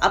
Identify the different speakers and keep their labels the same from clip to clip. Speaker 1: ア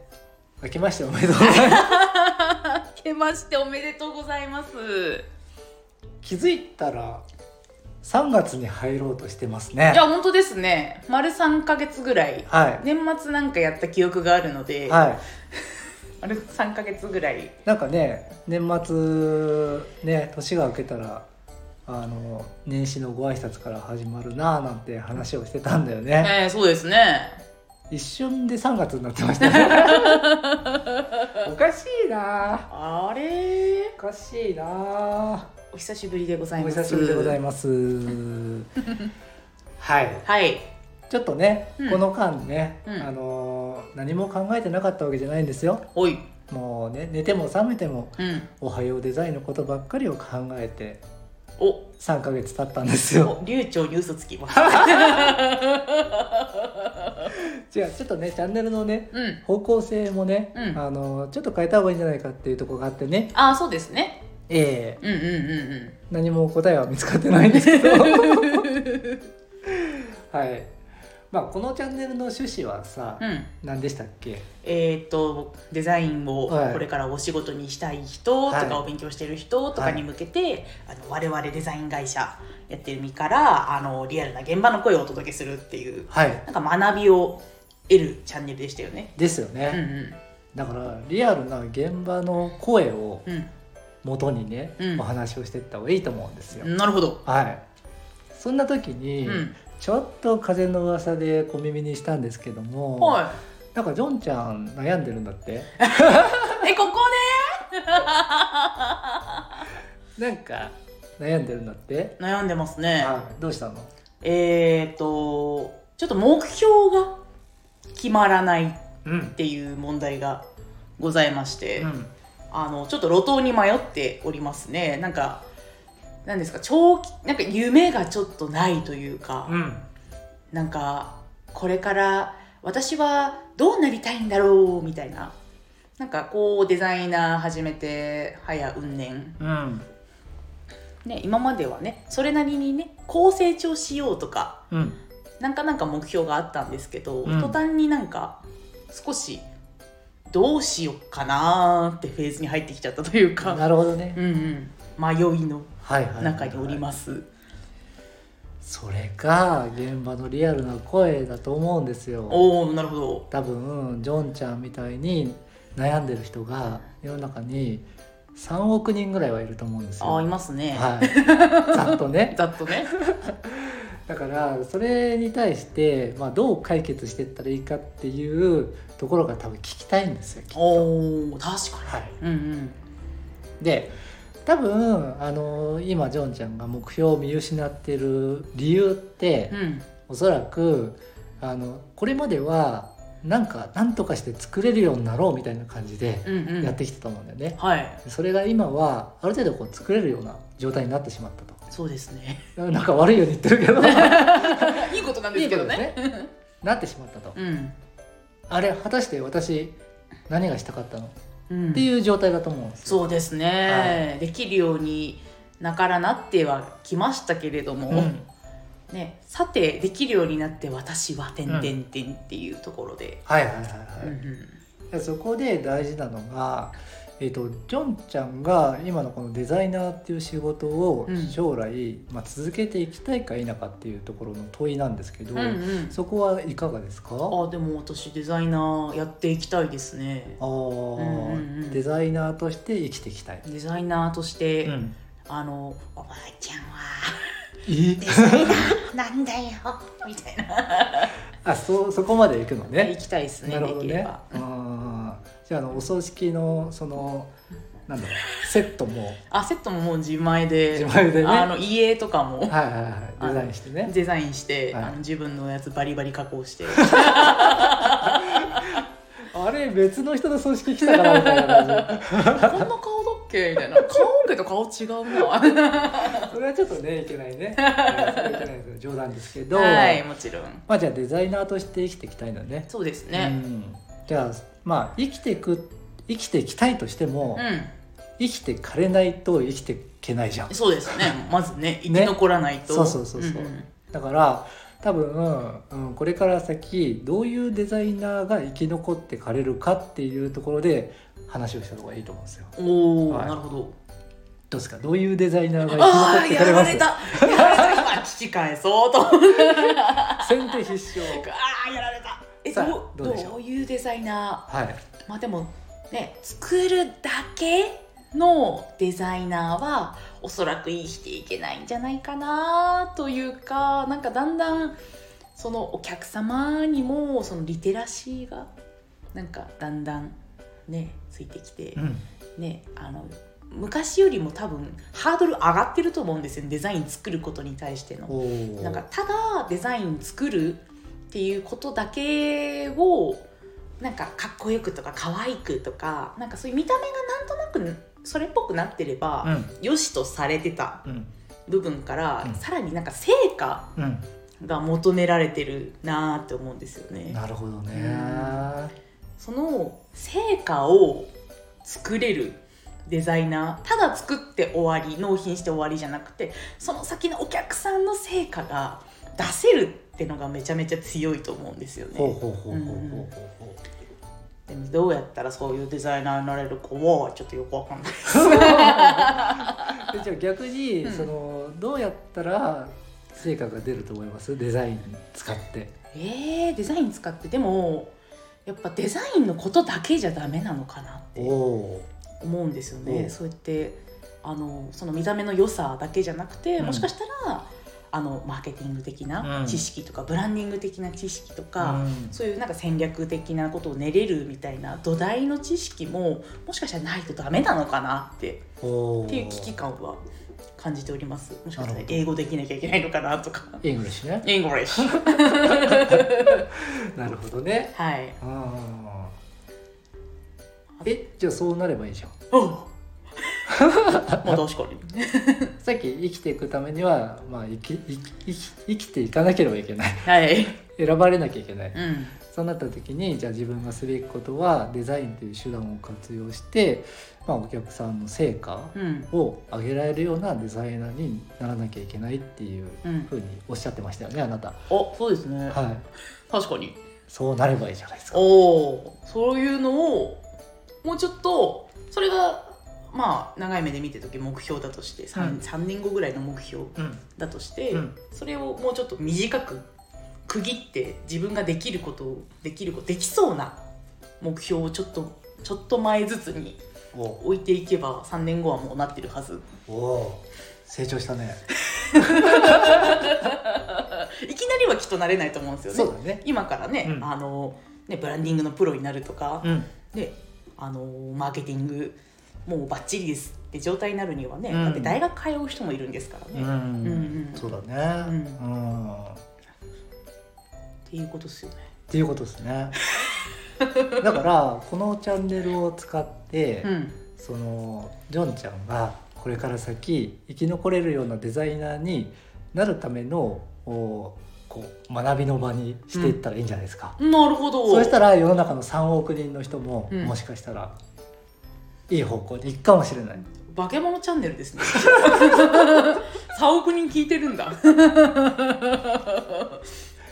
Speaker 2: 明けましておめでとうございます。
Speaker 1: 明けましておめでとうございます
Speaker 2: 気づいたら、3月に入ろうとしてますね
Speaker 3: い。や本当ですね丸3か月ぐらい
Speaker 2: は
Speaker 3: 年末なんかやった記憶があるので、
Speaker 2: い。はい。
Speaker 3: 丸3か月ぐらい
Speaker 2: なんかね、年末、ね、年が明けたら、あの、年始のご挨拶から始まるなぁなんて話をしてたんだよね。
Speaker 3: ええそうですね
Speaker 2: 一瞬で3月になってましたね。 おかしいなぁ。
Speaker 3: あれ
Speaker 2: おかしいなぁ。
Speaker 3: お久しぶりでござい
Speaker 2: お
Speaker 3: ます
Speaker 2: 久しぶりでござい ます。はい。
Speaker 3: はい
Speaker 2: ちょっとね、
Speaker 3: うん
Speaker 2: この間ね、
Speaker 3: うん
Speaker 2: あのー何も考えてなかったわけじゃないんですよ。
Speaker 3: おい
Speaker 2: もうね寝ても覚めても
Speaker 3: うん
Speaker 2: おはようデザインのことばっかりを考えて
Speaker 3: お
Speaker 2: 3ヶ月経ったんですよ。
Speaker 3: お流暢に嘘つきます
Speaker 2: じゃあちょっとねチャンネルのね
Speaker 3: うん
Speaker 2: 方向性もね、
Speaker 3: うん
Speaker 2: あのーちょっと変えた方がいいんじゃないかっていうところがあってね、
Speaker 3: ああそうですね
Speaker 2: ええ
Speaker 3: うんうんうんうん
Speaker 2: 何も答えは見つかってないんですけ ど。はい。まあこのチャンネルの趣旨はさ、
Speaker 3: うん
Speaker 2: 何でしたっけ？
Speaker 3: えー、とデザインを
Speaker 2: はい
Speaker 3: これからお仕事にしたい人と
Speaker 2: はい
Speaker 3: かお勉強してる人とかに向けて、あの我々デザイン会社やってる身からあのリアルな現場の声をお届けするっていう
Speaker 2: はい。
Speaker 3: なんか学びを得るチャンネルでしたよね。
Speaker 2: ですよ
Speaker 3: うん
Speaker 2: ね、だからリアルな現場の声を
Speaker 3: うん
Speaker 2: 元にね、
Speaker 3: うん
Speaker 2: お話をしていった方がいいと思うんですよ、
Speaker 3: うん、なるほど。
Speaker 2: はいそんな時に、
Speaker 3: うん、
Speaker 2: ちょっと風の噂で小耳にしたんですけども、
Speaker 3: は
Speaker 2: なんかジョンちゃん悩んでるんだって
Speaker 3: い。えここ
Speaker 2: なんか悩んでるんだって、
Speaker 3: ね悩んでますね。
Speaker 2: はいどうしたの
Speaker 3: えっ、とちょっと目標が決まらないっ
Speaker 2: うん、
Speaker 3: ていう問題がございまして。
Speaker 2: うん、
Speaker 3: あのちょっと路頭に迷っておりますねなんかなんですか長期なんか夢がちょっとないというか、
Speaker 2: うん
Speaker 3: なんかこれから私はどうなりたいんだろうみたいななんかこうデザイナー始めて早うん年
Speaker 2: うん
Speaker 3: ね今まではねそれなりにねこう成長しようとか
Speaker 2: うん
Speaker 3: なんかなんか目標があったんですけど、
Speaker 2: うん
Speaker 3: 途端になんか少しどうしよっかなーってフェーズに入ってきちゃったというか。
Speaker 2: なるほどね、
Speaker 3: うんうん、迷いの
Speaker 2: はいはいはいはい
Speaker 3: 中におります。
Speaker 2: それが現場のリアルな声だと思うんですよ
Speaker 3: おお、なるほど。
Speaker 2: 多分ジョンちゃんみたいに悩んでる人が世の中に3億人ぐらいはいると思うんですよ。
Speaker 3: あーいますね。
Speaker 2: はい、ざっとね
Speaker 3: ざっとね。
Speaker 2: だからそれに対して、まあ、どう解決していったらいいかっていうところが多分聞きたいんですよきっと
Speaker 3: おお、確か
Speaker 2: はい、
Speaker 3: に。うん
Speaker 2: で多分あの今ジョンちゃんが目標を見失ってる理由って、
Speaker 3: うん。うん。
Speaker 2: おそらくあのこれまではなんか何とかして作れるようになろうみたいな感じで
Speaker 3: うんうん。
Speaker 2: やってきてたと思うんだよね、
Speaker 3: はい。
Speaker 2: それが今はある程度こう作れるような状態になってしまったと
Speaker 3: そうですね。
Speaker 2: なんか悪いように言ってるけ ど
Speaker 3: いいことなん
Speaker 2: い
Speaker 3: で
Speaker 2: いこ
Speaker 3: す
Speaker 2: と
Speaker 3: けど
Speaker 2: です
Speaker 3: ね。
Speaker 2: ねなってしまったと
Speaker 3: うん。
Speaker 2: あれ果たして私何がしたかったのっ
Speaker 3: うん。
Speaker 2: ていう状態だと思うんですよ
Speaker 3: そうですね。できるようになからなってはきましたけれども、
Speaker 2: うん
Speaker 3: ね、さてできるようになって私はてんてんてんっていうところで。
Speaker 2: はいはいはい
Speaker 3: うん
Speaker 2: はい、でそこで大事なのがえっとジョンちゃんが今のこのデザイナーっていう仕事を
Speaker 3: うん
Speaker 2: 将来、まあ、続けていきたいか否かっていうところの問いなんですけど、
Speaker 3: うん。うんうん。
Speaker 2: そこはいかがですか
Speaker 3: あでも私デザイナーやっていきたいですね
Speaker 2: あー、
Speaker 3: うんうんうん
Speaker 2: デザイナーとして生きていきたい。
Speaker 3: デザイナーとして、
Speaker 2: うん、
Speaker 3: あのおばあちゃんは
Speaker 2: え
Speaker 1: デザイナー なんだよ
Speaker 3: みたいな
Speaker 2: あそうそこまで行くのね
Speaker 3: 行。きたいですね
Speaker 2: なるほど
Speaker 3: できれ
Speaker 2: ね
Speaker 3: ば。
Speaker 2: うんじゃああのお葬式のそのなんだろうセットも
Speaker 3: あセットももう自前で
Speaker 2: 自前でね
Speaker 3: あの家とかも
Speaker 2: はいはいはいデザインしてね。
Speaker 3: デザインして、
Speaker 2: はい
Speaker 3: あの自分のやつバリバリ加工して
Speaker 2: あれ別の人の葬式来たからみたいな感じ。
Speaker 3: こんな顔だっけみたいな顔けと顔違うな
Speaker 2: それはちょっとねいけない ねはいそれはいけないですよ冗談ですけど、
Speaker 3: はいもちろん
Speaker 2: まあじゃあデザイナーとして生きていきたいんだね
Speaker 3: そうですね
Speaker 2: うん、じゃあまあ生きていく生きていきたいとしても、
Speaker 3: う
Speaker 2: 生きてかれないと生きていけないじゃん
Speaker 3: んそうですねまずね生き残らないと
Speaker 2: そうそうそうそう
Speaker 3: うん
Speaker 2: だから多分、うん、これから先どういうデザイナーが生き残ってかれるかっていうところで話をした方がいいと思うんですよ
Speaker 3: うんおお、
Speaker 2: はい
Speaker 3: なるほど
Speaker 2: どうですかどういうデザイナーが
Speaker 3: ああ
Speaker 2: 生き残って
Speaker 3: や
Speaker 2: かれま
Speaker 3: られ
Speaker 2: す
Speaker 3: たやられた今聞き返そうと思って
Speaker 2: 先手必勝
Speaker 3: ああやられたえ
Speaker 2: さあ
Speaker 3: どう
Speaker 2: どうでしょう
Speaker 3: どういうデザイナ
Speaker 2: はい
Speaker 3: ーまあでもね作るだけのデザイナーはおそらく生きていけないんじゃないかなというかなんかだんだんそのお客様にもそのリテラシーがなんかだんだんねついてきて、
Speaker 2: うん
Speaker 3: ねあの昔よりも多分ハードル上がってると思うんですよねデザイン作ることに対しての。
Speaker 2: おー
Speaker 3: なんかただデザイン作るっていうことだけをなんかかっこよくとか可愛くとかなんかそういう見た目がなんとなくそれっぽくなってれ
Speaker 2: う
Speaker 3: ば、
Speaker 2: ん
Speaker 3: 良しとされてた
Speaker 2: うん
Speaker 3: 部分から、
Speaker 2: うん
Speaker 3: さらになんか成果
Speaker 2: う
Speaker 3: が求められてるなーって思うんですよ
Speaker 2: ん
Speaker 3: ね。
Speaker 2: なるほどね
Speaker 3: うんその成果を作れるデザイナーただ作って終わり納品して終わりじゃなくてその先のお客さんの成果が出せるってのがめちゃめちゃ強いと思うんですよ
Speaker 2: ほう
Speaker 3: ね。
Speaker 2: ほうほうほうほうほうほう
Speaker 3: でもどうやったらそういうデザイナーになれるかはちょっとよくわかんない。
Speaker 2: でじゃあ逆に、
Speaker 3: うん
Speaker 2: そのどうやったら成果が出ると思いますデザイン使って
Speaker 3: えー、デザイン使ってでもやっぱデザインのことだけじゃダメなのかなって
Speaker 2: お
Speaker 3: 思うんですよ
Speaker 2: おう
Speaker 3: ね。そうやってあのその見た目の良さだけじゃなくて、
Speaker 2: うん
Speaker 3: もしかしたらあのマーケティング的
Speaker 2: うん
Speaker 3: な知識とか、ブランディング的な知識とか、
Speaker 2: か
Speaker 3: そういうなんか戦略的なことを練れるみたいな土台の知識ももしかしたらないとダメなのかなって
Speaker 2: お
Speaker 3: っていう危機感は感じております。もしかした
Speaker 2: な
Speaker 3: ら
Speaker 2: るほど
Speaker 3: 英語できなきゃいけないのかな とか。
Speaker 2: イングリッシュね
Speaker 3: English
Speaker 2: なるほどね
Speaker 3: はい。
Speaker 2: あーえじゃあそうなればいいじゃん
Speaker 3: おうもう確かに。
Speaker 2: さっき生きていくためには、まあ、生き生き生き生きていかなければいけない
Speaker 3: はい。
Speaker 2: 選ばれなきゃいけない
Speaker 3: うん。
Speaker 2: そうなった時にじゃあ自分がすべきことはデザインという手段を活用して、まあ、お客さんの成果
Speaker 3: うん。
Speaker 2: を上げられるようなデザイナーにならなきゃいけないっていう
Speaker 3: うん。
Speaker 2: ふうにおっしゃってましたよねあなた
Speaker 3: あ、そうですね。
Speaker 2: はい
Speaker 3: 確かに。
Speaker 2: そうなればいいじゃないですか
Speaker 3: おおそういうのをもうちょっとそれがまあ長い目で見てる時目標だとして 3,、
Speaker 2: うん
Speaker 3: 三年後ぐらいの目標
Speaker 2: うん
Speaker 3: だとして、
Speaker 2: うん
Speaker 3: それをもうちょっと短く区切って自分ができることをできることできそうな目標をちょっとちょっと前ずつに
Speaker 2: お
Speaker 3: 置いていけば3年後はもうなってるはず
Speaker 2: お成長したね
Speaker 3: いきなりはきっとなれないと思うんですよね
Speaker 2: そうだね
Speaker 3: 今からね、
Speaker 2: うん
Speaker 3: あのねブランディングのプロになるとか、
Speaker 2: うん
Speaker 3: であのーマーケティングもうバッチリですって状態になるにはね、
Speaker 2: うん
Speaker 3: だって大学通う人もいるんですから
Speaker 2: う
Speaker 3: ね、っ
Speaker 2: ん、
Speaker 3: うん
Speaker 2: そうだねう、
Speaker 3: うんていうことですよね。
Speaker 2: っていうことですね だからこのチャンネルを使って、
Speaker 3: うん、
Speaker 2: そのジョンちゃんがこれから先生き残れるようなデザイナーになるためのおこう学びの場にしていったらいいんじゃないですか、
Speaker 3: なるほど
Speaker 2: そうしたら世の中の3億人の人も、
Speaker 3: うん
Speaker 2: もしかしたらいい方向に行くかもしれない
Speaker 3: 化け物チャンネル ですね3億人聞いてるんだ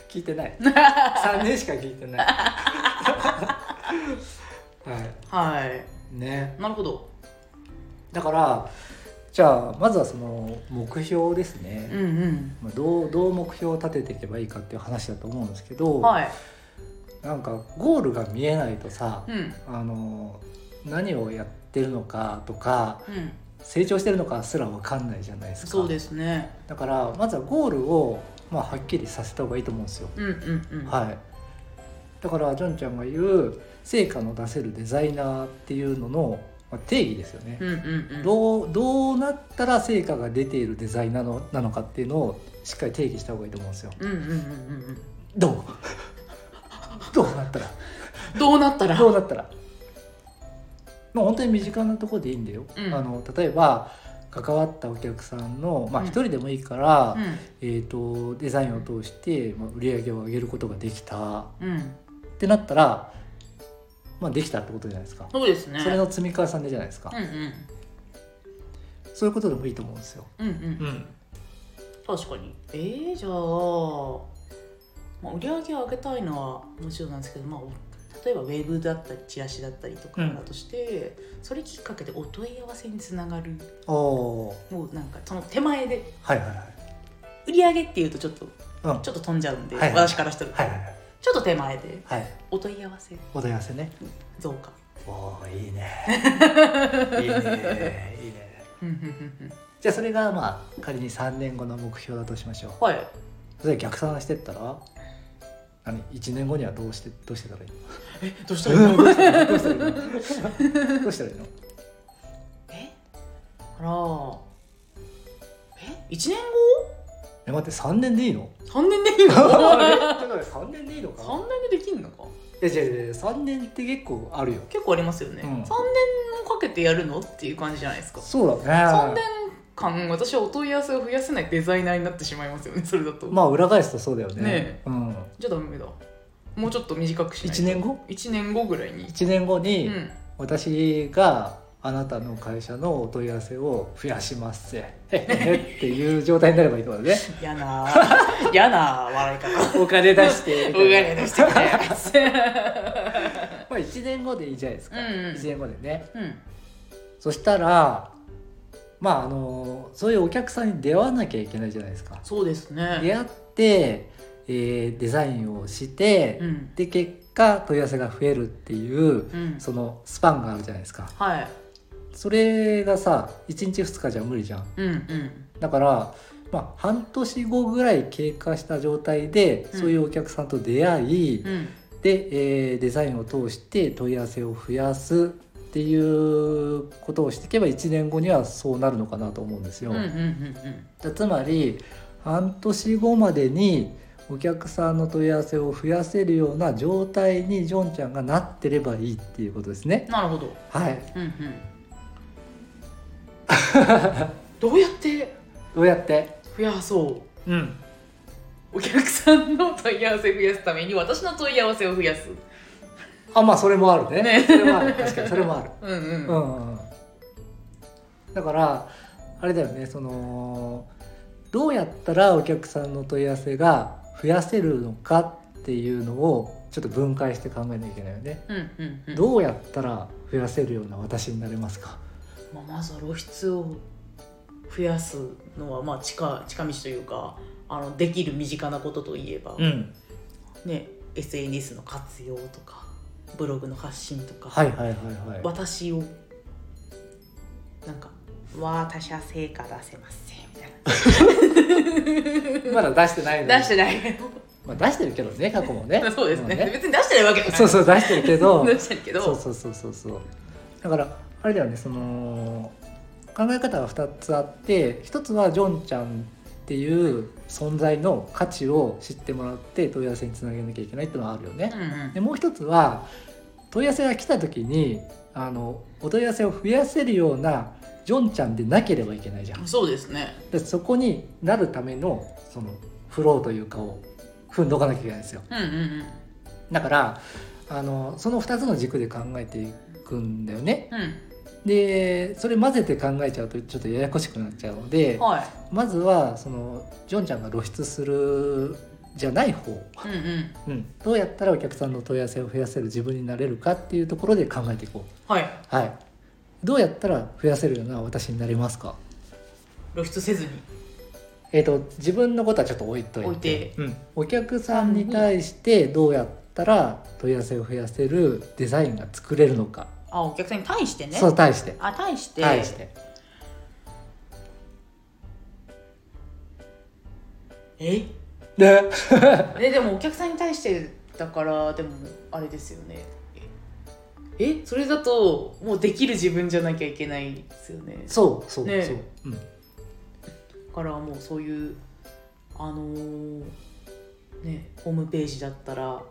Speaker 2: 聞いて ない3年しか聞いてないは
Speaker 3: はい
Speaker 2: いね
Speaker 3: なるほど
Speaker 2: だからじゃあまずはその目標です
Speaker 3: うん
Speaker 2: ね、
Speaker 3: うん
Speaker 2: まあ、どうどう目標を立てていけばいいかっていう話だと思うんですけど、
Speaker 3: はい、
Speaker 2: なんかゴールが見えないとさ
Speaker 3: う、ん
Speaker 2: あの何をやってるのかとか
Speaker 3: うん、
Speaker 2: 成長してるのかすらわかんないじゃないですか
Speaker 3: そうですね
Speaker 2: だからまずはゴールを、まあ、はっきりさせた方がいいと思うんですよ、
Speaker 3: うんうんうん
Speaker 2: はいだからジョンちゃんが言う成果の出せるデザイナーっていうのの、まあ、定義ですよね、
Speaker 3: うんうんうん
Speaker 2: どうどうなったら成果が出ているデザイナーのなのかっていうのをしっかり定義した方がいいと思うんですよ
Speaker 3: うんうんうんうんうん
Speaker 2: どう どうなったら
Speaker 3: どうなったら
Speaker 2: どうなったらまあ、本当に身近なところでいいんだよ、
Speaker 3: うん
Speaker 2: あの例えば関わったお客さんのまあ
Speaker 3: うん
Speaker 2: 一人でもいいから、
Speaker 3: うん
Speaker 2: えー、とデザインを通して、まあ、売り上げを上げることができた
Speaker 3: うん
Speaker 2: ってなったら、まあ、できたってことじゃないですか、
Speaker 3: そうですね
Speaker 2: それの積み重ねじゃないですか、
Speaker 3: うん
Speaker 2: そういうことでもいいと思うんですよ。
Speaker 3: うんうんうん
Speaker 2: ん、
Speaker 3: 確かにえー、じゃあ、まあ、売り上げを上げたいのはもちろんなんですけど、まあ、お例えばウェブだったりチラシだったりとか
Speaker 2: うん
Speaker 3: だとして、それきっかけでお問い合わせにつながる
Speaker 2: おー
Speaker 3: もうなんかその手前で
Speaker 2: はいはいはい
Speaker 3: 売り上げっていうとちょっと
Speaker 2: うんはい
Speaker 3: ちょっと飛んじゃうんで、
Speaker 2: はい
Speaker 3: 私からしたら、
Speaker 2: はいはい
Speaker 3: ちょっと手前で
Speaker 2: はい
Speaker 3: お問い合わせ
Speaker 2: お問い合わせね
Speaker 3: 増加
Speaker 2: おーいい ねいいねいいね
Speaker 3: うんうんうんうん
Speaker 2: じゃあそれがまあ仮に3年後の目標だとしましょう
Speaker 3: はい
Speaker 2: それ逆算してったら何1年後にはどうしてどうしてたらいいの
Speaker 3: えどうし
Speaker 2: うんどうしたらいいのどうしたらいいのどうしたらいいの
Speaker 3: えあらえ一1年
Speaker 2: え待って3年でいい の
Speaker 3: 後 ?3 年でいいの
Speaker 2: 3年でいいのかな
Speaker 3: ?3 年でできんのか
Speaker 2: いや違う違う違う3年って結構あるよ
Speaker 3: 結構ありますよね、
Speaker 2: うん
Speaker 3: 3年もかけてやるのっていう感じじゃないですか
Speaker 2: そうだ
Speaker 3: 3
Speaker 2: ね
Speaker 3: 年間私はお問い合わせを増やせないデザイナーになってしまいますよねそれだと、
Speaker 2: まあ裏返すとそうだよね
Speaker 3: ねえ
Speaker 2: うん、
Speaker 3: じゃあダメだもうちょっと短くしないと
Speaker 2: 1年後
Speaker 3: 1年後ぐらいに
Speaker 2: 1年後
Speaker 3: う
Speaker 2: に、
Speaker 3: ん
Speaker 2: 私があなたの会社のお問い合わせを増やしますぜっていう状態になればいいのだね
Speaker 3: 嫌なー嫌なー笑い方
Speaker 2: お金出してみ
Speaker 3: お
Speaker 2: たいな
Speaker 3: 金出してくれ
Speaker 2: まあ1年後でいいじゃないですか、
Speaker 3: うんうん
Speaker 2: 1年後でね
Speaker 3: うん
Speaker 2: そしたらまああのそういうお客さんに出会わなきゃいけないじゃないですか
Speaker 3: そうですね
Speaker 2: 出会って、えーデザインをして、
Speaker 3: うん
Speaker 2: で結果問い合わせが増えるっていう
Speaker 3: うん
Speaker 2: そのスパンがあるじゃないですか
Speaker 3: はい
Speaker 2: それがさ1日2日じゃ無理じゃん
Speaker 3: うんうん
Speaker 2: だから、まあ、半年後ぐらい経過した状態で、
Speaker 3: うん
Speaker 2: そういうお客さんと出会い、
Speaker 3: うん
Speaker 2: で、えーデザインを通して問い合わせを増やすっていうことをしていけば1年後にはそうなるのかなと思うんですよ。
Speaker 3: うんうんうん
Speaker 2: だつまり半年後までにお客さんの問い合わせを増やせるような状態にジョンちゃんがなってればいいっていうことです
Speaker 3: う
Speaker 2: ね
Speaker 3: ん。なるほど
Speaker 2: はい、
Speaker 3: うんうん どうやって
Speaker 2: どうやって、
Speaker 3: 増やそう
Speaker 2: うん、
Speaker 3: お客さんの問い合わせ増やすために私の問い合わせを増やす
Speaker 2: あまあそれもあるね
Speaker 3: ね
Speaker 2: それもある確かにそれもある
Speaker 3: うん うん、
Speaker 2: うんうんうんだからあれだよねそのどうやったらお客さんの問い合わせが増やせるのかっていうのをちょっと分解して考えなきゃいけないよね。
Speaker 3: うんうんうん
Speaker 2: どうやったら増やせるような私になれますか。
Speaker 3: まあ、まずは露出を増やすのはまあ近近道というかあのできる身近なことといえば、
Speaker 2: ん。
Speaker 3: ね、SNS の活用とかブログの発信とか、
Speaker 2: はいはいはいはい。
Speaker 3: 私をなんか「私は成果出せません」みたいな
Speaker 2: まだ出してないのに
Speaker 3: 出してない。
Speaker 2: まあ出してるけどね過去もね
Speaker 3: そうですね
Speaker 2: も
Speaker 3: 別に出してないわけじゃない
Speaker 2: そうそう出してるけど。
Speaker 3: 出してるけど
Speaker 2: そうそうそうそうそうだからあれだよねその考え方が2つあって1つはジョンちゃんっていう存在の価値を知ってもらって問い合わせにつなげなきゃいけないっていうのはあるよね
Speaker 3: う。んうん
Speaker 2: でもう1つは問い合わせが来た時にあのお問い合わせを増やせるようなジョンちゃんでなければいけないじゃん。
Speaker 3: そうですね
Speaker 2: でそこになるためのそのフローというかを踏んどかなきゃいけないんですよ。
Speaker 3: うんうん
Speaker 2: だからあのその2つの軸で考えていくんだよね。
Speaker 3: うんうん
Speaker 2: でそれ混ぜて考えちゃうとちょっとややこしくなっちゃうので、
Speaker 3: はい
Speaker 2: まずはそのジョンちゃんが露出するじゃない方、
Speaker 3: うんうん
Speaker 2: うん、どうやったらお客さんの問い合わせを増やせる自分になれるかっていうところで考えていこ
Speaker 3: はい、
Speaker 2: うはいどうやったら増やせるような私になれますか
Speaker 3: 露出せずに。
Speaker 2: えっ、と自分のことはちょっと置いといて
Speaker 3: 置いて
Speaker 2: うん、お客さんに対してどうやったら問い合わせを増やせるデザインが作れるのか、
Speaker 3: あ、お客さんに対してね。
Speaker 2: そう対して
Speaker 3: あ、対して。
Speaker 2: 対して
Speaker 3: え、
Speaker 2: ね
Speaker 3: え、でもお客さんに対してだから、でもあれですよね。え、えそれだともうできる自分じゃなきゃいけないですよね。
Speaker 2: そうそうそう、
Speaker 3: ね
Speaker 2: うん
Speaker 3: だからもうそういうあのーねホームページだったら。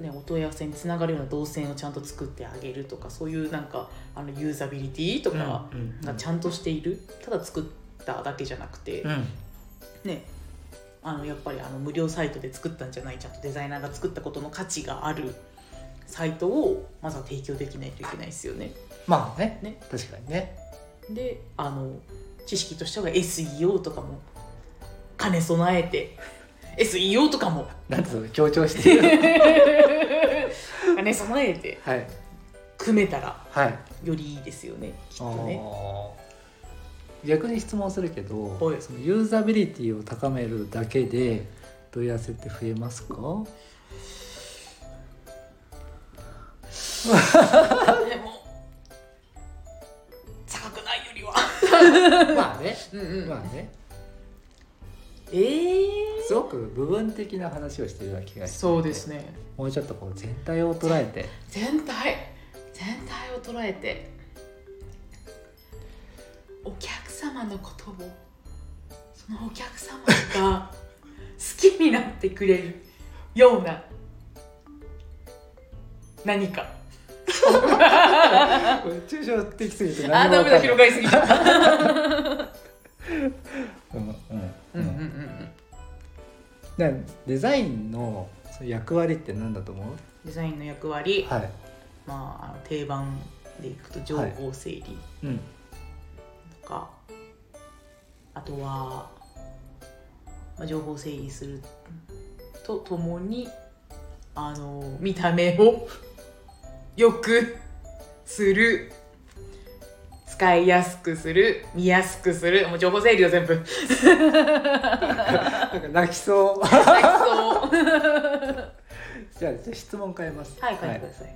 Speaker 3: ね、お問い合わせにつながるような動線をちゃんと作ってあげるとかそういうなんかあのユーザビリティとか
Speaker 2: うんうん
Speaker 3: がちゃんとしている、ただ作っただけじゃなくて、
Speaker 2: うん
Speaker 3: ねあのやっぱりあの無料サイトで作ったんじゃないちゃんとデザイナーが作ったことの価値があるサイトをまずは提供できないといけないですよね。
Speaker 2: まあね
Speaker 3: ね
Speaker 2: 確かにね
Speaker 3: であの知識としては SEO とかも兼ね備えて SEO とかも
Speaker 2: なんてその強調してる
Speaker 3: 兼ね備えて
Speaker 2: はい
Speaker 3: 組めたら
Speaker 2: はい
Speaker 3: よりいいですよねきっとね。
Speaker 2: あー逆に質問するけど
Speaker 3: はい
Speaker 2: そのユーザビリティを高めるだけで問い合わせって増えます か
Speaker 3: でも高くないよりは。
Speaker 2: まあね
Speaker 3: うんうん
Speaker 2: まあね
Speaker 3: えー、
Speaker 2: すごく部分的な話をしてるような気がして
Speaker 3: そうですね。
Speaker 2: もうちょっとこう全体を捉えて
Speaker 3: 全体全体を捉えてお客様のことをそのお客様が好きになってくれるような何か
Speaker 2: 抽象的すぎて
Speaker 3: あ
Speaker 2: も
Speaker 3: ダ
Speaker 2: わ
Speaker 3: メ
Speaker 2: かんな
Speaker 3: だ
Speaker 2: い
Speaker 3: 広がりすぎちゃった
Speaker 2: うんう
Speaker 3: う
Speaker 2: んん
Speaker 3: う
Speaker 2: うんん
Speaker 3: うん
Speaker 2: ねデザインのその役割って何だと思う
Speaker 3: デザインの役割、
Speaker 2: はい、
Speaker 3: まああの定番でいくと情報整理
Speaker 2: うん、
Speaker 3: とか、あとは、まあ、情報整理するとともにあの見た目を 良くする使いやすくする見やすくするもう情報整理を 全部
Speaker 2: なんか泣きそう
Speaker 3: はいそう
Speaker 2: じゃあじゃあ質問変えます
Speaker 3: はい書いてください、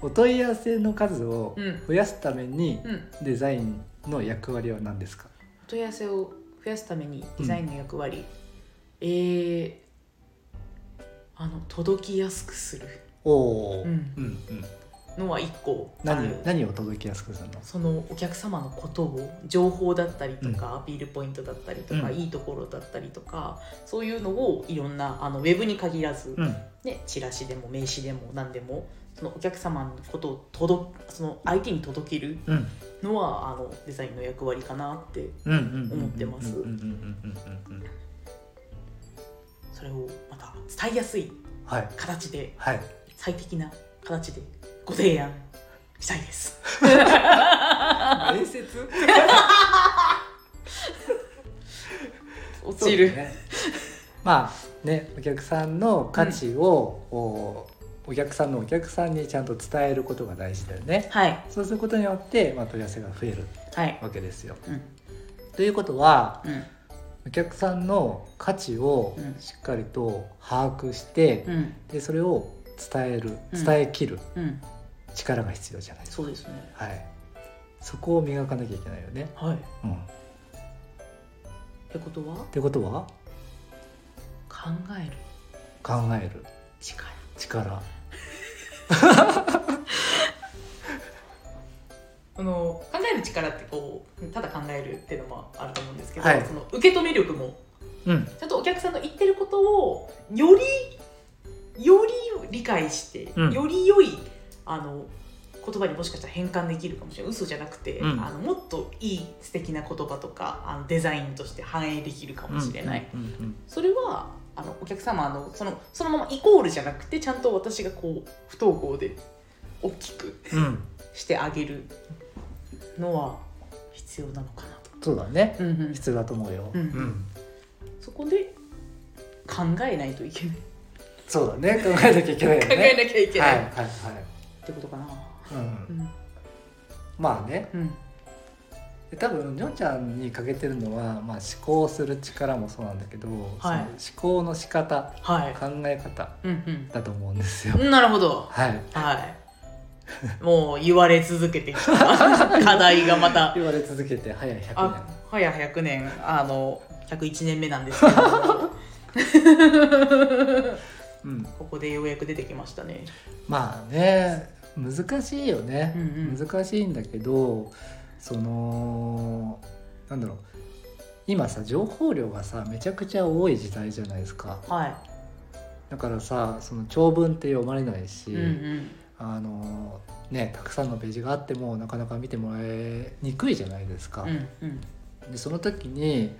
Speaker 2: お問い合わせの数を
Speaker 3: うん
Speaker 2: 増やすために
Speaker 3: うん、
Speaker 2: デザインの役割は何ですか、
Speaker 3: お問い合わせを増やすためにデザインの役割、えーあの届きやすくする
Speaker 2: おお、
Speaker 3: うん
Speaker 2: うんうん、
Speaker 3: のは一個ある
Speaker 2: 何何を届きやすくするの
Speaker 3: そのお客様のことを情報だったりとか、アピールポイントだったりとか、
Speaker 2: うん
Speaker 3: いいところだったりとかそういうのをいろんなあのウェブに限らず、
Speaker 2: うん
Speaker 3: ね、チラシでも名刺でも何でもそのお客様のことを届その相手に届ける
Speaker 2: うん
Speaker 3: のはあのデザインの役割かなって
Speaker 2: うんうん
Speaker 3: 思ってます
Speaker 2: うんうんうんうんうんうん
Speaker 3: それをまた伝えやすい
Speaker 2: はい
Speaker 3: 形で
Speaker 2: はい
Speaker 3: 最適な形でご提案したいです。
Speaker 2: 面接
Speaker 3: 落ちる、
Speaker 2: そうだね まあねお客さんの価値を、おお客さんのお客さんにちゃんと伝えることが大事だよね
Speaker 3: はい
Speaker 2: そうすることによって、まあ、問い合わせが増える
Speaker 3: はい、
Speaker 2: わけですよ
Speaker 3: うん
Speaker 2: ということは
Speaker 3: うん
Speaker 2: お客さんの価値を
Speaker 3: うん
Speaker 2: しっかりと把握して、
Speaker 3: うん
Speaker 2: でそれを伝える
Speaker 3: うん
Speaker 2: 伝えきる
Speaker 3: うん、
Speaker 2: 力が必要じゃないですか、
Speaker 3: そうですね。
Speaker 2: はいそこを磨かなきゃいけないよね、
Speaker 3: はい、っ
Speaker 2: うん、って
Speaker 3: ことは
Speaker 2: てことは
Speaker 3: 考える
Speaker 2: 考える
Speaker 3: 力
Speaker 2: 力
Speaker 3: あの考える力ってこうただ考えるっていうのもあると思うんですけど、
Speaker 2: はい
Speaker 3: その受け止め力も
Speaker 2: うん
Speaker 3: ちゃんとお客さんの言ってることをよりより理解して、
Speaker 2: うん
Speaker 3: より良いあの言葉にもしかしたら変換できるかもしれない嘘じゃなくて、
Speaker 2: うん
Speaker 3: あのもっといい素敵な言葉とかあのデザインとして反映できるかもしれない、
Speaker 2: うんうん
Speaker 3: それはあのお客様のそのそのままイコールじゃなくてちゃんと私がこう不登校で大きく
Speaker 2: うんうん
Speaker 3: してあげるのは必要なのかなと、
Speaker 2: そうだね
Speaker 3: うんうん
Speaker 2: 必要だと思うよ、
Speaker 3: うんそこで考えないといけない、
Speaker 2: そうだね考えなきゃいけないよ
Speaker 3: 考え
Speaker 2: ね
Speaker 3: なきゃいけな、
Speaker 2: はいいはいは
Speaker 3: ってことかな、
Speaker 2: い、うん、
Speaker 3: ん
Speaker 2: まあね
Speaker 3: うん
Speaker 2: で多分ジョンちゃんに欠けてるのは、まあ、思考する力もそうなんだけど、
Speaker 3: はい
Speaker 2: その思考の仕方
Speaker 3: はい
Speaker 2: 考え方
Speaker 3: うん
Speaker 2: だと思うんですよ、
Speaker 3: うんなるほど
Speaker 2: はい
Speaker 3: はいもう言われ続けてきた課題がまた
Speaker 2: 言われ続けて早い100
Speaker 3: あ
Speaker 2: 年
Speaker 3: はや100年あの101年目なんですけど
Speaker 2: うん、
Speaker 3: ここでようやく出てきましたね
Speaker 2: まあね難しいよね、
Speaker 3: うんうん
Speaker 2: 難しいんだけどそのなんだろう今さ情報量がさめちゃくちゃ多い時代じゃないですか
Speaker 3: はい
Speaker 2: だからさその長文って読まれないし、
Speaker 3: うんうん
Speaker 2: あのねたくさんのページがあってもなかなか見てもらいにくいじゃないですか。
Speaker 3: うんうん
Speaker 2: でその時に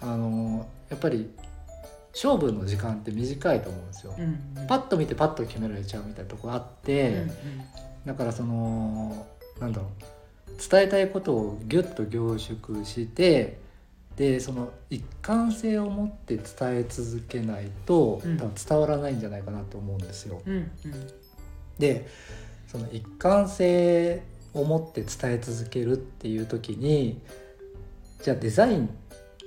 Speaker 2: あのやっぱり勝負の時間って短いと思うんですよ。
Speaker 3: うんうん
Speaker 2: パッと見てパッと決められちゃうみたいなとこあって、
Speaker 3: うんうん
Speaker 2: だからそのなんだろう伝えたいことをギュッと凝縮してでその一貫性を持って伝え続けないと、
Speaker 3: うん
Speaker 2: 多分伝わらないんじゃないかなと思うんですよ。
Speaker 3: うん
Speaker 2: でその一貫性を持って伝え続けるっていう時にじゃあデザイン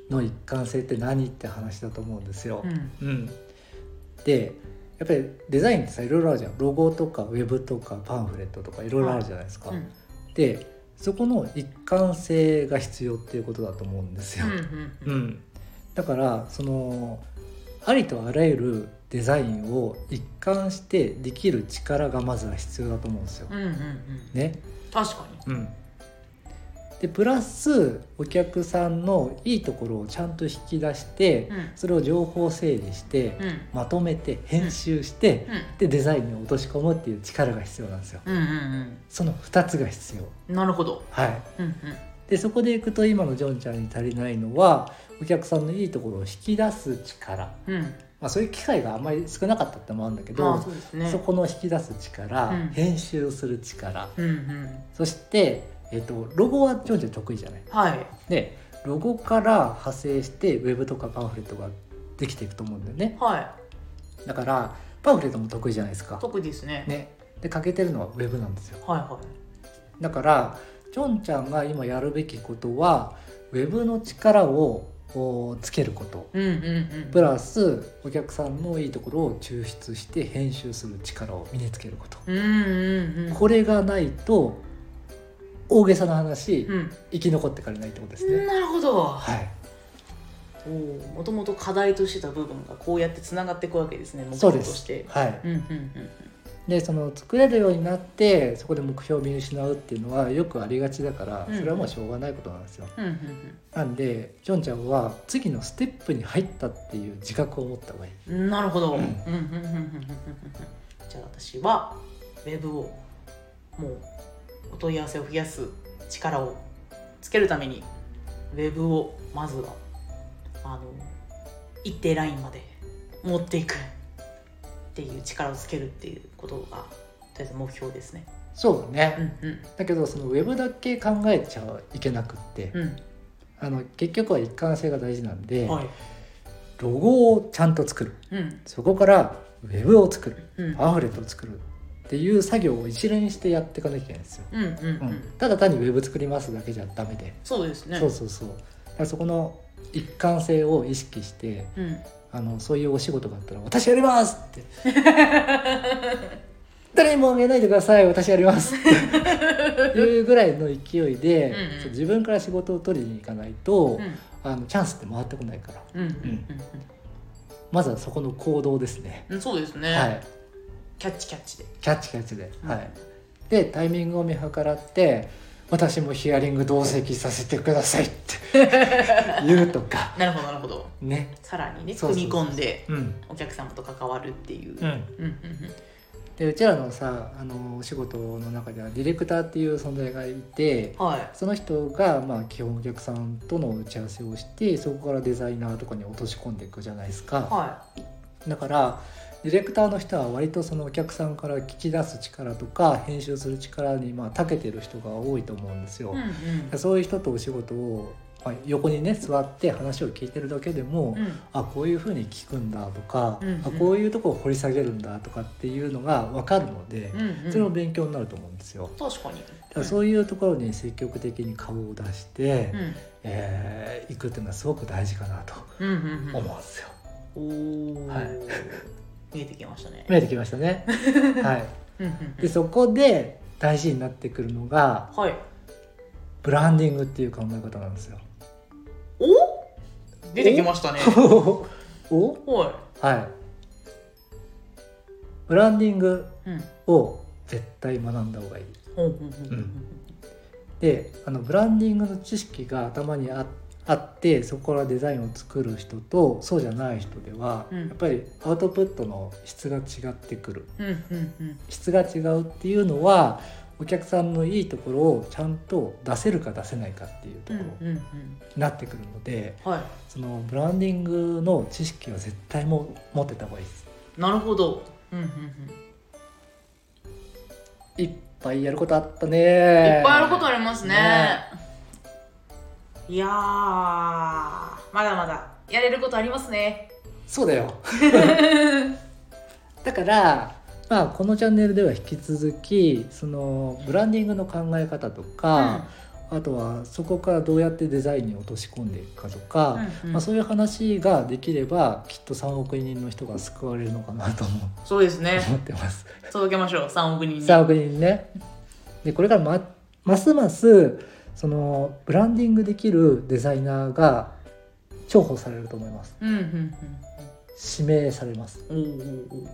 Speaker 2: の一貫性って何って話だと思うんですよ。
Speaker 3: うん
Speaker 2: うん、でやっぱりデザインってさいろいろあるじゃんロゴとかウェブとかパンフレットとかいろいろあるじゃないですか。
Speaker 3: うんうん
Speaker 2: でそこの一貫性が必要っていうことだと思うんですよ。
Speaker 3: うん
Speaker 2: うん、だからそのありとあらゆるデザインを一貫してできる力がまずは必要だと思うんですよ。
Speaker 3: うんうん
Speaker 2: ね。
Speaker 3: 確かに
Speaker 2: うん、でプラスお客さんのいいところをちゃんと引き出して
Speaker 3: うん
Speaker 2: それを情報整理して
Speaker 3: うん
Speaker 2: まとめて編集してでデザインに落とし込むっていう力が必要なんですよ。
Speaker 3: うんうんうん
Speaker 2: その2つが必要。
Speaker 3: うんなるほど
Speaker 2: はい、
Speaker 3: うんうん
Speaker 2: でそこでいくと今のジョンちゃんに足りないのはお客さんのいいところを引き出す力、
Speaker 3: うん
Speaker 2: まあ、そういう機会があんまり少なかったってのもあるんだけど、
Speaker 3: まあそうですね
Speaker 2: そこの引き出す力、
Speaker 3: うん
Speaker 2: 編集する力
Speaker 3: うんうん
Speaker 2: そして、えっとロゴはジョンちゃん得意じゃない
Speaker 3: はい
Speaker 2: でロゴから派生してウェブとかパンフレットができていくと思うんだよね
Speaker 3: は
Speaker 2: だからパンフレットも得意じゃないですか
Speaker 3: い得意ですね
Speaker 2: ねで欠けてるのはウェブなんですよ
Speaker 3: はいは
Speaker 2: だからジョンちゃんが今やるべきことはウェブの力をこうつけること
Speaker 3: いうんうんうん
Speaker 2: プラスお客さんのいいところを抽出して編集する力を身につけること、
Speaker 3: うんうんうん
Speaker 2: これがないと大げさな話、
Speaker 3: うん
Speaker 2: 生き残ってかれないってことですね、
Speaker 3: なるほど
Speaker 2: はい
Speaker 3: もともと課題としてた部分がこうやってつながっていくわけですね目
Speaker 2: そう
Speaker 3: 標
Speaker 2: で
Speaker 3: として
Speaker 2: すはい
Speaker 3: うんうんうん
Speaker 2: でその作れるようになってそこで目標を見失うっていうのはよくありがちだから
Speaker 3: うん
Speaker 2: それはもうしょうがないことなんですよ、
Speaker 3: うんうんうん
Speaker 2: なんでジョンちゃんは次のステップに入ったっていう自覚を持った方がいい
Speaker 3: なるほど。
Speaker 2: うん
Speaker 3: うんうんうんうんうんうんうんじゃあ私はウェブをもうお問い合わせを増やす力をつけるためにウェブをまずはあの一定ラインまで持っていくっていう力をつけるっていうことがとりあえず目標ですね。
Speaker 2: そうだね、
Speaker 3: うんうん
Speaker 2: だけどそのウェブだけ考えちゃいけなくって、
Speaker 3: う
Speaker 2: あの結局は一貫性が大事なんで、
Speaker 3: んはい。
Speaker 2: ロゴをちゃんと作る
Speaker 3: うん
Speaker 2: そこからウェブを作る
Speaker 3: うん
Speaker 2: パンフレットを作るっていう作業を一連してやっていかなきゃいけないんですよ、
Speaker 3: うんうんう
Speaker 2: うん
Speaker 3: ん。
Speaker 2: ただ単にウェブ作りますだけじゃダメで、
Speaker 3: そうですね。
Speaker 2: そうそうそうだからそこの一貫性を意識して
Speaker 3: うん。
Speaker 2: あのそういうお仕事があったら「私やります!」って誰にもあげないでください私やりますっていうぐらいの勢いで
Speaker 3: うんうん
Speaker 2: そう自分から仕事を取りに行かないと、
Speaker 3: うん
Speaker 2: あのチャンスって回ってこないから
Speaker 3: うんうんうん
Speaker 2: まずはそこの行動ですね、
Speaker 3: うん。そうですね。
Speaker 2: はい
Speaker 3: キャッチキャッチで。
Speaker 2: キャッチキャッチで、
Speaker 3: うん
Speaker 2: はいでタイミングを見計らって私もヒアリング同席させてくださいって 言うとか
Speaker 3: なるほどなるほど。
Speaker 2: ね
Speaker 3: さらにね
Speaker 2: そうそう
Speaker 3: 組
Speaker 2: そう
Speaker 3: み込んで
Speaker 2: うん
Speaker 3: お客様と関わるっていう。
Speaker 2: う
Speaker 3: うん
Speaker 2: ん
Speaker 3: うん
Speaker 2: でうちらのさあのお仕事の中ではディレクターっていう存在がいて
Speaker 3: うん。はい。
Speaker 2: その人が、まあ、基本お客さんとの打ち合わせをしてそこからデザイナーとかに落とし込んでいくじゃないですか
Speaker 3: は
Speaker 2: だからディレクターの人は割とそのお客さんから聞き出す力とか編集する力にまあ長けてる人が多いと思うんですよ
Speaker 3: い。うん、う
Speaker 2: そういう人とお仕事を、まあ、横にね座って話を聞いてるだけでも、
Speaker 3: ん。うん。
Speaker 2: あこういうふうに聞くんだとか、
Speaker 3: うんうん
Speaker 2: あこういうとこを掘り下げるんだとかっていうのが分かるので、
Speaker 3: うん、うん。
Speaker 2: それも勉強になると思うんですよ。
Speaker 3: 確かに。
Speaker 2: だからそういうところに積極的に顔を出して、
Speaker 3: うん。
Speaker 2: えー行くっていうのはすごく大事かなと
Speaker 3: うんうん
Speaker 2: 思うんですよ。
Speaker 3: うん。おお。
Speaker 2: はい
Speaker 3: 見えてきましたね。
Speaker 2: 見えてきました ね。はい、
Speaker 3: うんうんう
Speaker 2: で
Speaker 3: ん。
Speaker 2: そこで大事になってくるのが
Speaker 3: はい。
Speaker 2: ブランディングっていう考え方なんです よ。
Speaker 3: お？出てきましたね。
Speaker 2: お
Speaker 3: は
Speaker 2: はい。ブランディング
Speaker 3: い。うん。
Speaker 2: を絶対学んだ方がいい。
Speaker 3: ほうほうほうほう
Speaker 2: であのブランディングの知識が頭にああってそこからデザインを作る人とそうじゃない人では、
Speaker 3: うん
Speaker 2: やっぱりアウトプットの質が違ってくる
Speaker 3: うんうん
Speaker 2: 質が違うっていうのはお客さんのいいところをちゃんと出せるか出せないかっていうと
Speaker 3: うん
Speaker 2: ころ
Speaker 3: うんうん
Speaker 2: になってくるので、
Speaker 3: は
Speaker 2: そのブランディングの知識は絶対も持ってた方がいいです。
Speaker 3: いなるほどうんうんうん
Speaker 2: いっぱいやることあったね
Speaker 3: いっぱいあることありますね
Speaker 2: ね
Speaker 3: いやーまだまだやれることありますね
Speaker 2: そうだ よだから、まあ、このチャンネルでは引き続きそのブランディングの考え方とか、あとはそこからどうやってデザインに落とし込んでいくかとか、
Speaker 3: うんうん
Speaker 2: まあ、そういう話ができればきっと3億人の人が救われるのかなと思う
Speaker 3: そうですね
Speaker 2: 思ってます。
Speaker 3: 届けましょう3億人に
Speaker 2: 3億人ねでこれからまますますそのブランディングできるデザイナーが重宝されると思います
Speaker 3: うんうん
Speaker 2: 指名されます
Speaker 3: うんおうおうおうおう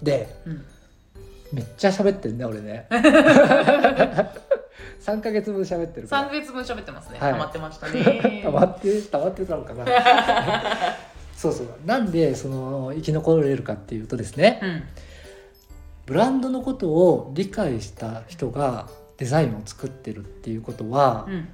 Speaker 2: で
Speaker 3: うん
Speaker 2: めっちゃ喋ってんね俺ね 3ヶ月分喋ってる
Speaker 3: 3
Speaker 2: か
Speaker 3: ヶ月分喋ってますね、
Speaker 2: はい
Speaker 3: 溜まってました
Speaker 2: ら
Speaker 3: ね
Speaker 2: 溜まって溜まってたのかな そうそうなんでその生き残れるかっていうとですね
Speaker 3: うん
Speaker 2: ブランドのことを理解した人がデザインを作ってるっていうことは
Speaker 3: う、ん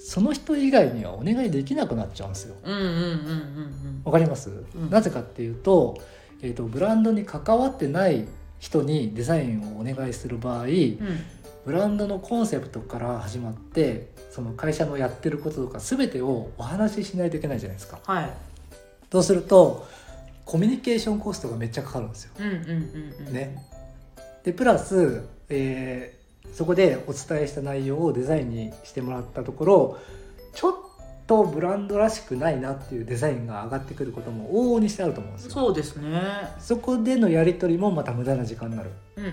Speaker 2: その人以外にはお願いできなくなっちゃうんですよ
Speaker 3: うんうんうん
Speaker 2: わかります、
Speaker 3: ん
Speaker 2: なぜかっていうと,、えー、とブランドに関わってない人にデザインをお願いする場合、
Speaker 3: うんうん
Speaker 2: ブランドのコンセプトから始まってその会社のやってることとか全てをお話ししないといけないじゃないですか
Speaker 3: はい
Speaker 2: そうするとコミュニケーションコストがめっちゃかかるんですよ
Speaker 3: うんうんうんうん
Speaker 2: ねでプラス、えーそこでお伝えした内容をデザインにしてもらったところちょっとブランドらしくないなっていうデザインが上がってくることも往々にしてあると思うんですよ
Speaker 3: そうですね
Speaker 2: そこでのやり取りもまた無駄な時間になる
Speaker 3: うんうん
Speaker 2: い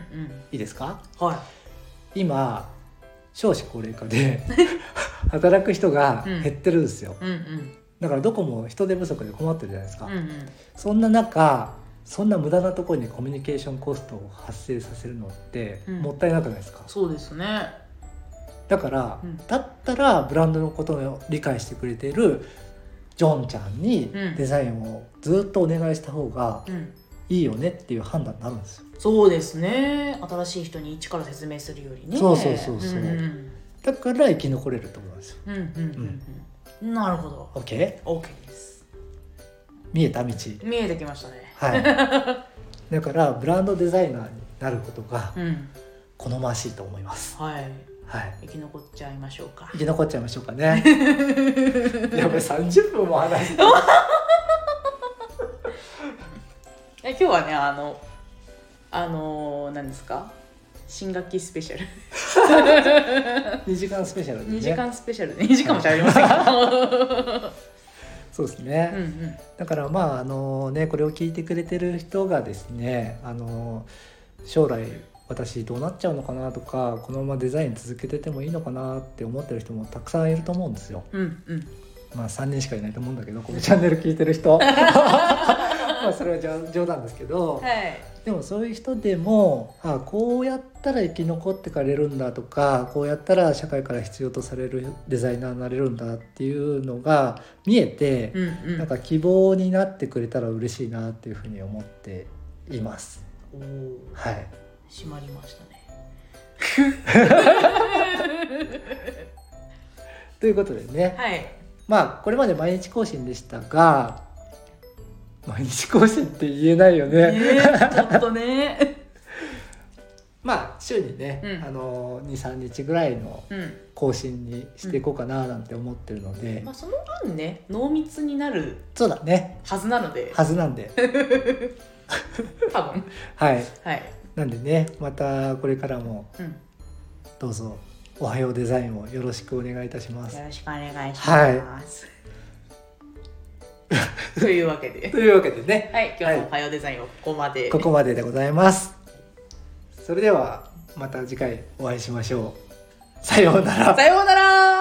Speaker 2: いですか
Speaker 3: はい
Speaker 2: 今少子高齢化 で働く人が減ってるんですよ、
Speaker 3: うんうん
Speaker 2: だからどこも人手不足で困ってるじゃないですか、
Speaker 3: うんうん
Speaker 2: そんな中そんな無駄なところにコミュニケーションコストを発生させるのって
Speaker 3: うん
Speaker 2: もったいなくないですか、
Speaker 3: そうですね
Speaker 2: だから、
Speaker 3: うん
Speaker 2: だったらブランドのことを理解してくれてるジョンちゃんに
Speaker 3: うん
Speaker 2: デザインをずっとお願いした方が
Speaker 3: うん
Speaker 2: いいよねっていう判断になるんですよ
Speaker 3: そうですね新しい人に一から説明するよりね
Speaker 2: そうそうそうそう
Speaker 3: うんうん
Speaker 2: だから生き残れると思うんですよ
Speaker 3: うんうんうんうんなるほど
Speaker 2: OK?
Speaker 3: OK です
Speaker 2: 見えた道
Speaker 3: 見えてきましたね
Speaker 2: はい だからブランドデザイナーになることが
Speaker 3: うん
Speaker 2: 好ましいと思います
Speaker 3: はい
Speaker 2: はい
Speaker 3: 生き残っちゃいましょうか
Speaker 2: 生き残っちゃいましょうかね やべ30分も話して
Speaker 3: え今日はねあのあのー何ですか新学期スペシャル
Speaker 2: 2時間スペシャルでね
Speaker 3: 2時間スペシャル2時間もしゃべりませんけど
Speaker 2: そうです
Speaker 3: う
Speaker 2: ね、
Speaker 3: ん
Speaker 2: だからまああのねこれを聞いてくれてる人がですねあの将来私どうなっちゃうのかなとかこのままデザイン続けててもいいのかなって思ってる人もたくさんいると思うんですよ
Speaker 3: うんうんうん
Speaker 2: まあ3人しかいないと思うんだけどこのチャンネル聞いてる 人まあそれは冗冗談ですけど、
Speaker 3: はい
Speaker 2: でもそういう人でもあこうやったら生き残ってかれるんだとかこうやったら社会から必要とされるデザイナーになれるんだっていうのが見えて、
Speaker 3: うんう
Speaker 2: なん
Speaker 3: ん
Speaker 2: か希望になってくれたら嬉しいなっていうふうに思っています。
Speaker 3: おお
Speaker 2: はい、
Speaker 3: 閉まりましたね
Speaker 2: ということでね、
Speaker 3: はい
Speaker 2: まあこれまで毎日更新でしたが毎日更新って言えないよね。
Speaker 3: ねちょっとね
Speaker 2: まあ週にね、
Speaker 3: うん
Speaker 2: あの23日ぐらいの
Speaker 3: うん
Speaker 2: 更新にしていこうかななんて思ってるので、
Speaker 3: まあその分ね濃密になる
Speaker 2: そうだね
Speaker 3: はずなので
Speaker 2: はずなん で
Speaker 3: 多分
Speaker 2: はい
Speaker 3: はい
Speaker 2: なんでねまたこれからも
Speaker 3: うん
Speaker 2: どうぞ「おはようデザイン」をよろしくお願いいたします
Speaker 3: よ。ろしくお願いします、
Speaker 2: は
Speaker 3: というわけで
Speaker 2: というわけでね
Speaker 3: はい今日の「おはようデザイン」はここまで
Speaker 2: ここまででございます。それではまた次回お会いしましょう。さようなら
Speaker 3: さ。ようなら